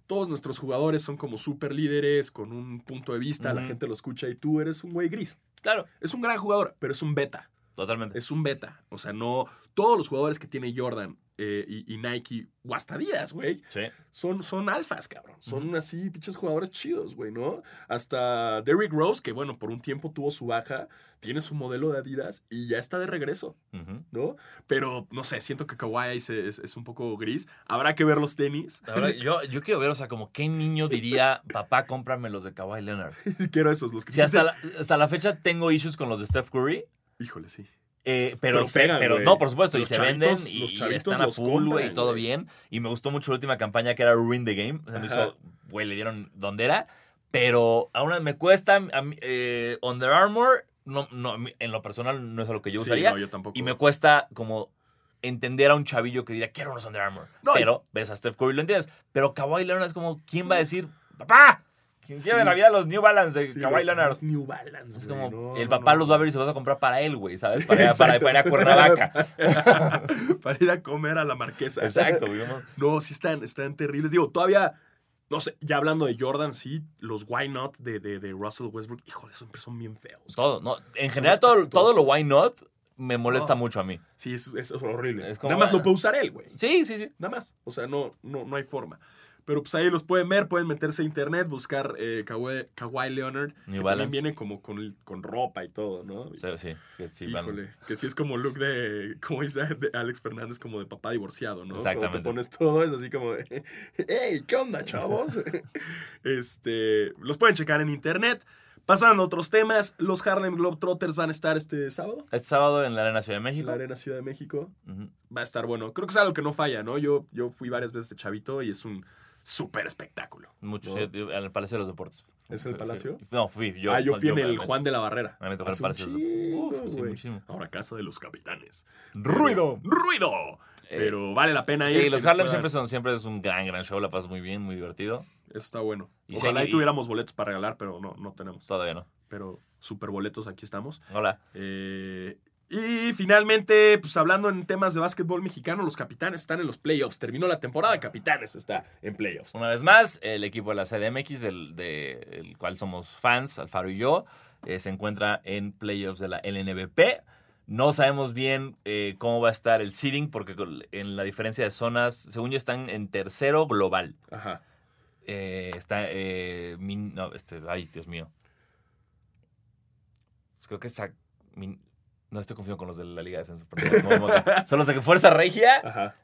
todos nuestros jugadores son como super líderes, con un punto de vista, la Ujú. gente lo escucha y tú eres un güey gris. Claro, Es un gran jugador, pero es un beta. totalmente. Es un beta. O sea, no todos los jugadores que tiene Jordan eh, y, y Nike o hasta Adidas, güey, Sí. son, son alfas, cabrón. Son así, pinches jugadores chidos, güey, ¿no? Hasta Derrick Rose, que bueno, por un tiempo tuvo su baja, tiene su modelo de Adidas y ya está de regreso, Ujú. ¿no? Pero no sé, siento que Kawhi ahí se- es, es un poco gris. Habrá que ver los tenis. La verdad, yo, yo quiero ver, o sea, como qué niño diría, papá, cómprame los de Kawhi Leonard. Quiero esos, los que Si hasta la, hasta la fecha tengo issues con los de Steph Curry, Híjole, sí. Eh, pero Pero se- pegan, pero güey. no, por supuesto, Los y se chavitos- venden y, los y chavitos están a los full, güey, y compran, todo güey. bien. Y me gustó mucho la última campaña que era Ruin the Game. Se me Ajá. hizo, güey, le dieron donde era. Pero aún me cuesta, a mí, eh, Under Armour, no, no, a mí, en lo personal no es algo que yo Sí, usaría. no, yo tampoco. y me cuesta como entender a un chavillo que diría, quiero unos Under Armour. No, y- pero ves a Steph Curry, lo entiendes. Pero Kawhi Leonard es como, ¿quién va a decir, papá? ¿Quién Sí. lleva la vida los New Balance de Sí, Kawhi los- Leonard? los New Balance, Es güey, como, no, el no, papá no. los va a ver y se los va a comprar para él, güey, ¿sabes? Sí, Para, ir a- para- exacto. para ir a Cuernavaca. Para ir a comer a la marquesa. Exacto, güey. ¿no? No, sí están, están terribles. Digo, todavía, no sé, ya hablando de Jordan, sí, los why not de, de, de Russell Westbrook, híjole, siempre son bien feos. pues, Todo, ¿no? En general, todo, todo lo why not me molesta No. mucho a mí. Sí, es, es horrible. Es como- Nada más lo puede usar él, güey. Sí, sí, sí. Nada más. O sea, no, no, no hay forma. Pero pues ahí los pueden ver, pueden meterse a internet, buscar eh, Kawhi, Kawhi Leonard, New que también Balance. viene como con, el- con ropa y todo, ¿no? O sea, Sí, que sí, Híjole, vamos. que sí es como look de, como dice de Alex Fernández, como de papá divorciado, ¿no? Cuando Exactamente. te pones todo, es así como, de, hey, ¿qué onda, chavos? este, los pueden checar en internet. Pasan otros temas. Los Harlem Globetrotters van a estar este sábado Este sábado en la Arena Ciudad de en México. la Arena Ciudad de México. Ujú. Va a estar bueno. Creo que es algo que no falla, ¿no? Yo, yo fui varias veces de chavito y es un súper espectáculo. Mucho, No. sí, yo- en el Palacio de los Deportes. ¿Es el Fui- fui- Palacio? No, fui. Yo, ah, yo fui en el realmente- Juan de la Barrera. realmente fui al Hace un Palacio de los chingo, Deportes. Uf, sí, güey. muchísimo. Ahora Casa de los Capitanes. ¡Ruido! ¡Ruido! Pero vale la pena ir. Eh, Sí, los que Harlem les siempre, puedan- son, siempre es un gran, gran show. La pasas muy bien, muy divertido. Eso está bueno. Y Ojalá sí, y y- tuviéramos boletos para regalar, pero no, no tenemos. Todavía no. Pero super boletos, aquí estamos. Hola. Eh, y finalmente, pues hablando en temas de básquetbol mexicano, los capitanes están en los playoffs. Terminó la temporada, capitanes está en playoffs. Una vez más, el equipo de la CDMX, del de, el cual somos fans, Alfaro y yo, eh, se encuentra en playoffs de la LNBP. No sabemos bien eh, cómo va a estar el seeding, porque col- en la diferencia de zonas, según yo, están en tercero global. Ajá. Eh, está. eh, Min- no, este, ay, Dios mío. Pues creo que es. Sac- Min- no estoy confundido con los de la Liga de Ascenso. perdón, no, no, no. Son los de que Fuerza Regia Ajá.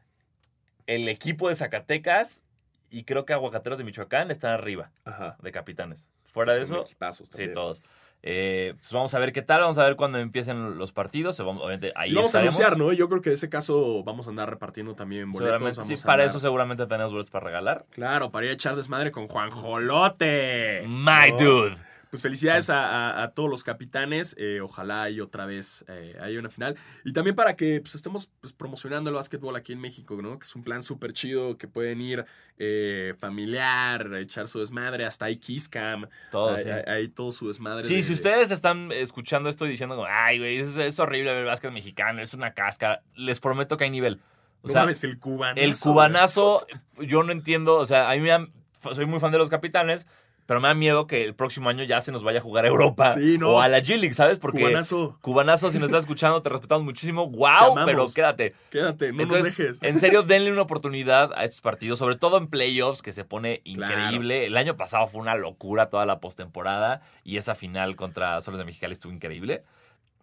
el equipo de Zacatecas y creo que Aguacateros de Michoacán están arriba Ajá. de capitanes. Fuera de Son eso, equipazos sí, Pues también. todos. Eh, pues vamos a ver qué tal, vamos a ver cuando empiecen los partidos. se vamos- Obviamente, ahí Y vamos a estaremos. anunciar, ¿no? Yo creo que en ese caso vamos a andar repartiendo también boletos. Seguramente, sí, vamos a para andar- eso seguramente tenemos boletos para regalar. Eh, Claro, para ir a echar desmadre con Juan Jolote. My ¿no? dude. Pues felicidades a, a- a todos los capitanes. eh, ojalá y otra vez eh, haya una final. Y también para que pues, estemos pues, promocionando el básquetbol aquí en México, ¿no? Que es un plan súper chido, que pueden ir eh, familiar, echar su desmadre, hasta ahí Kiss Cam. Todo, ahí, Oh, sí. ahí- ahí todo su desmadre. Sí, de- si ustedes están escuchando esto y diciendo, como, ay, güey, es, es horrible ver el básquet mexicano, es una cáscara, les prometo que hay nivel. O No sea, mames, el cubanazo. el cubanazo, yo no entiendo, o sea, a mí me da- soy muy fan de los capitanes, pero me da miedo que el próximo año ya se nos vaya a jugar a Europa Sí, no. o a la G-League, ¿sabes? güey. Porque Cubanazo, cubanazo, si nos estás escuchando, te respetamos muchísimo, wow, amamos. pero quédate. quédate, no nos Entonces, eh, dejes. en serio, denle una oportunidad a estos partidos, sobre todo en playoffs, que se pone Claro. increíble. El año pasado fue una locura toda la postemporada y esa final contra Soles de Mexicali estuvo increíble.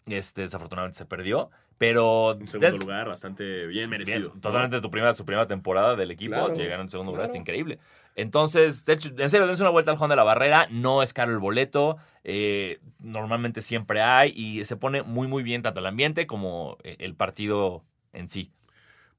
Este, desafortunadamente se perdió, pero En segundo des- lugar, bastante bien, bien merecido. ¿no? totalmente tu primera, su primera temporada del equipo, Claro, llegaron en segundo lugar, claro. está increíble. Entonces, de hecho, en serio, dense una vuelta al Juan de la Barrera, no es caro el boleto, eh, normalmente siempre hay y se pone muy, muy bien tanto el ambiente como eh, el partido en sí.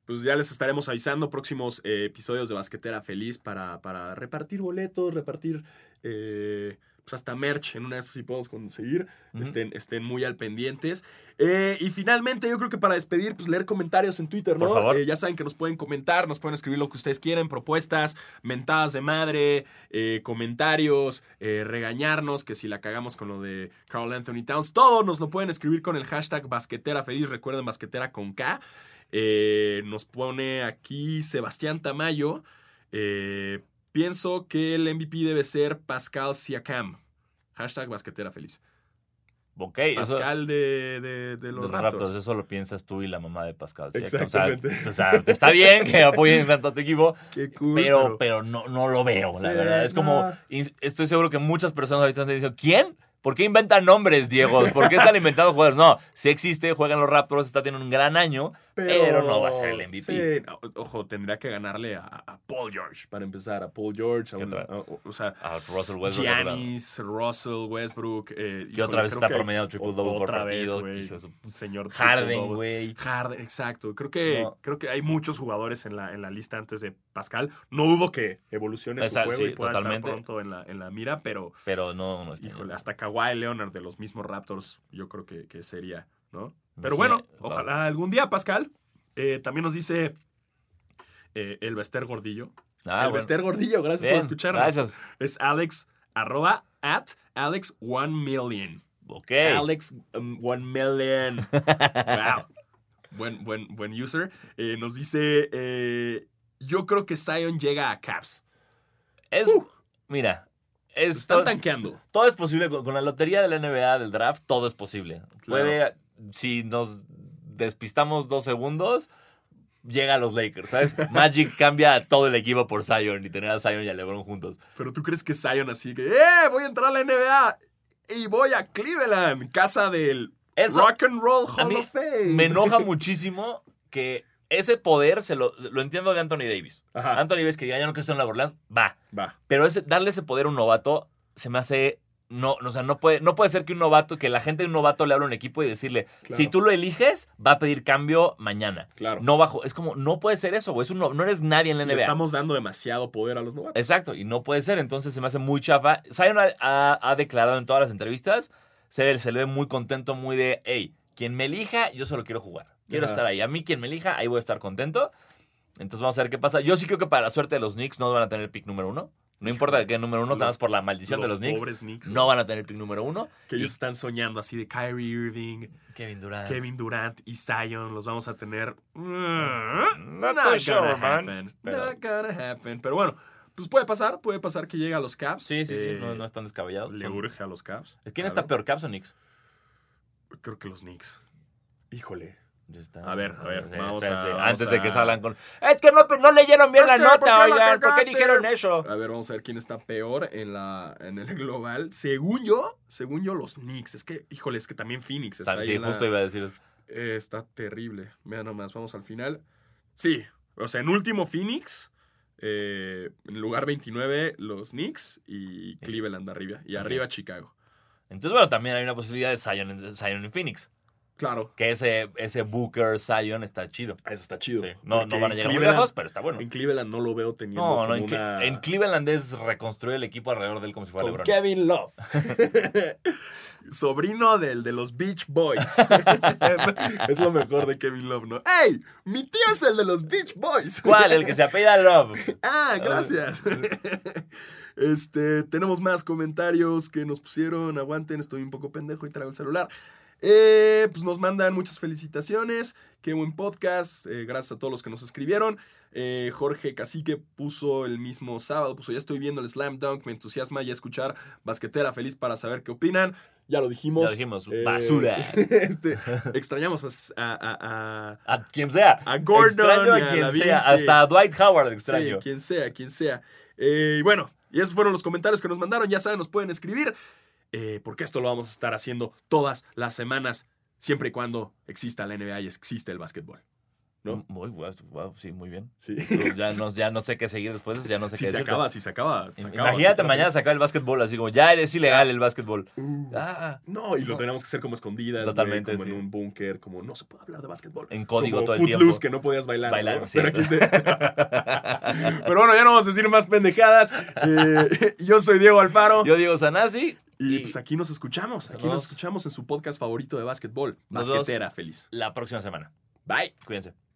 Pues ya les estaremos avisando próximos eh, episodios de Basquetera Feliz para, para repartir boletos, repartir eh, pues hasta merch en una de esas si podemos conseguir. Ujú. estén, estén muy al pendientes. Eh, y finalmente, yo creo que para despedir, pues leer comentarios en Twitter, ¿no? Por favor. Eh, ya saben que nos pueden comentar, nos pueden escribir lo que ustedes quieren, propuestas, mentadas de madre, eh, comentarios, eh, regañarnos, que si la cagamos con lo de Carl Anthony Towns, todo nos lo pueden escribir con el hashtag basquetera feliz, recuerden basquetera con K. Eh, nos pone aquí Sebastián Tamayo. eh, pienso que el MVP debe ser Pascal Siakam. Hashtag basquetera feliz. Ok, eso- Pascal de, de- de los los Raptors. Raptors, eso lo piensas tú y la mamá de Pascal. ¿sí? Exactamente. O sea, o sea, está bien que apoyen tanto a tu equipo, Qué cool. pero, pero no, no lo veo, la Sí, verdad. Es como, no. ins- estoy seguro que muchas personas ahorita están diciendo, ¿quién? ¿Por qué inventan nombres, Diego? ¿Por qué están inventando jugadores? No, si existe, juegan los Raptors, está teniendo un gran año. pero no va a ser el MVP. Sí, no, ojo, tendría que ganarle a, a Paul George para empezar. A Paul George, a ¿Qué un- tal? a- o, o sea, A Russell Westbrook. Giannis, Russell, Westbrook. eh, Que otra híjole, vez creo está que- promediando triple-double por otra vez, partido, güey. hijo de su- Señor Harden, triple-double. güey. Harden, exacto. Creo que, No. creo que hay muchos jugadores en la, en la lista antes de Pascal. No dudo que evolucione Esa- su juego sí, y pueda totalmente. estar pronto en la, en la mira, pero Pero no, no está. Híjole, hasta Kawhi Leonard de los mismos Raptors, yo creo que, que sería, ¿no? Pero Imagina- bueno, wow. ojalá algún día, Pascal. Eh, también nos dice eh, el Bester Gordillo. Ah, el bueno. Bester Gordillo, Este, gracias Bien, por escucharnos. Gracias. Es Alex, arroba, at Alex One Million. Ok. Alex um, One Million. wow. Buen, buen, buen user. Eh, nos dice, eh, yo creo que Zion llega a Caps. Es- Uh. Pues Mira, es Están to- tanqueando. todo es posible. Con, con la lotería de la NBA, del draft, todo es posible. Puede, si nos despistamos dos segundos, llega a los Lakers, ¿sabes? Magic cambia a todo el equipo por Zion y tener a Zion y a LeBron juntos. Pero tú crees que Zion así que, ¡eh! Voy a entrar a la NBA y voy a Cleveland, casa del Eso Rock and Roll a Hall mí of Fame. me enoja muchísimo que ese poder se lo, lo entiendo de Anthony Davis. Ajá, Anthony Davis que diga, ya no que estoy en la Borland, va. va. Pero ese- darle ese poder a un novato se me hace. No, o sea, no puede, no puede ser que un novato, que la gente de un novato le hable a un equipo y decirle, Claro. si tú lo eliges, va a pedir cambio mañana. Claro. No bajo. Es como, no puede ser eso, güey. Es un no, no eres nadie en la Le NBA. estamos dando demasiado poder a los novatos. Exacto, y no puede ser. Entonces se me hace muy chafa. Zion ha, ha- ha declarado en todas las entrevistas, se, ve- se le ve muy contento, muy de, hey, quien me elija, yo solo quiero jugar. Quiero Ajá. estar ahí. A mí quien me elija, ahí voy a estar contento. Entonces vamos a ver qué pasa. Yo sí creo que para la suerte de los Knicks no van a tener el pick número uno. No importa qué número uno, nada Los- más por la maldición de los Knicks. pobres Knicks. No van a tener el pick número uno. Que ellos están soñando así de Kyrie Irving, Kevin Durant. Kevin Durant y Zion. Los vamos a tener. mm, Not Not so gonna sure, man. happen. Pero- Not gonna happen. Pero bueno, pues puede pasar. Puede pasar que llegue a los Caps. Sí, sí, sí. Eh, no, no es tan descabellado. Le Son- urge a los Caps. ¿Quién Claro. está peor, Caps o Knicks? Creo que los Knicks. Híjole. Ya está. A ver, a ver, Sí, vamos espérense, a- vamos Antes de que a- salgan con. Es que no, no leyeron bien Es la que, ¿por qué la nota, oigan. ¿Por qué cagaste? dijeron eso? A ver, vamos a ver quién está peor en, la, en el global. Según yo, según yo, los Knicks. Es que, híjole, es que también Phoenix está ah. ahí sí, en la- justo iba a decir. Eh, está terrible. Vean nomás, vamos al final. Sí, o sea, en último Phoenix, eh, en lugar 29 los Knicks y Cleveland arriba. Y Ok. arriba Chicago. Entonces, bueno, también hay una posibilidad de Zion, en- Zion en Phoenix. Claro. Que ese, ese Booker Zion está chido. Eso está chido. Sí. No, Porque no van a en llegar muy Cleveland- lejos, pero está bueno. En Cleveland no lo veo teniendo No, no, como en, Cle- una- en Cleveland es reconstruir el equipo alrededor de él como si fuera con LeBron. Kevin Love. Sobrino del de los Beach Boys. es, es lo mejor de Kevin Love, ¿no? ¡Ey! Mi tío es el de los Beach Boys. ¿Cuál? El que se apellida Love. Ah, gracias. este, tenemos más comentarios que nos pusieron. Aguanten, estoy un poco pendejo y traigo el celular. Eh, pues nos mandan muchas felicitaciones. Qué buen podcast. eh, gracias a todos los que nos escribieron. Eh, Jorge Cacique puso el mismo sábado. Puso, ya estoy viendo el slam dunk. Me entusiasma ya escuchar basquetera feliz para saber qué opinan. Ya lo dijimos. Ya lo dijimos, Eh, basura. este, extrañamos a- a- a, a A quien sea. A Gordon Extraño y a a quien Lavin, sea. sí. Hasta a Dwight Howard Sí, extraño. quien sea, quien sea. Eh, y bueno, y esos fueron los comentarios que nos mandaron. Ya saben, nos pueden escribir. eh, porque esto lo vamos a estar haciendo todas las semanas, siempre y cuando exista la NBA y existe el básquetbol. ¿no? Muy guau, guau, sí, muy bien. Sí. Pues Ya no, ya no sé qué seguir después, de eso, ya no sé Si qué se decirte. acaba, si se acaba. se acaba, se Imagínate acaba. mañana sacar el básquetbol así como ya es ilegal el básquetbol. Uh, Ah, no, y lo tenemos que hacer como escondidas, güey, Totalmente, como sí. en un búnker, como no se puede hablar de básquetbol. en código como todo el tiempo. Footloose, que no podías bailar. Bailar, ¿no? sí. Pero aquí se- Pero bueno, ya no vamos a decir más pendejadas. Eh, yo soy Diego Alfaro. Yo digo Sanasi Y, Y- pues aquí nos escuchamos. Aquí Nos nos vemos. escuchamos en su podcast favorito de básquetbol, Nos Basquetera Feliz. la próxima semana. Bye. Cuídense.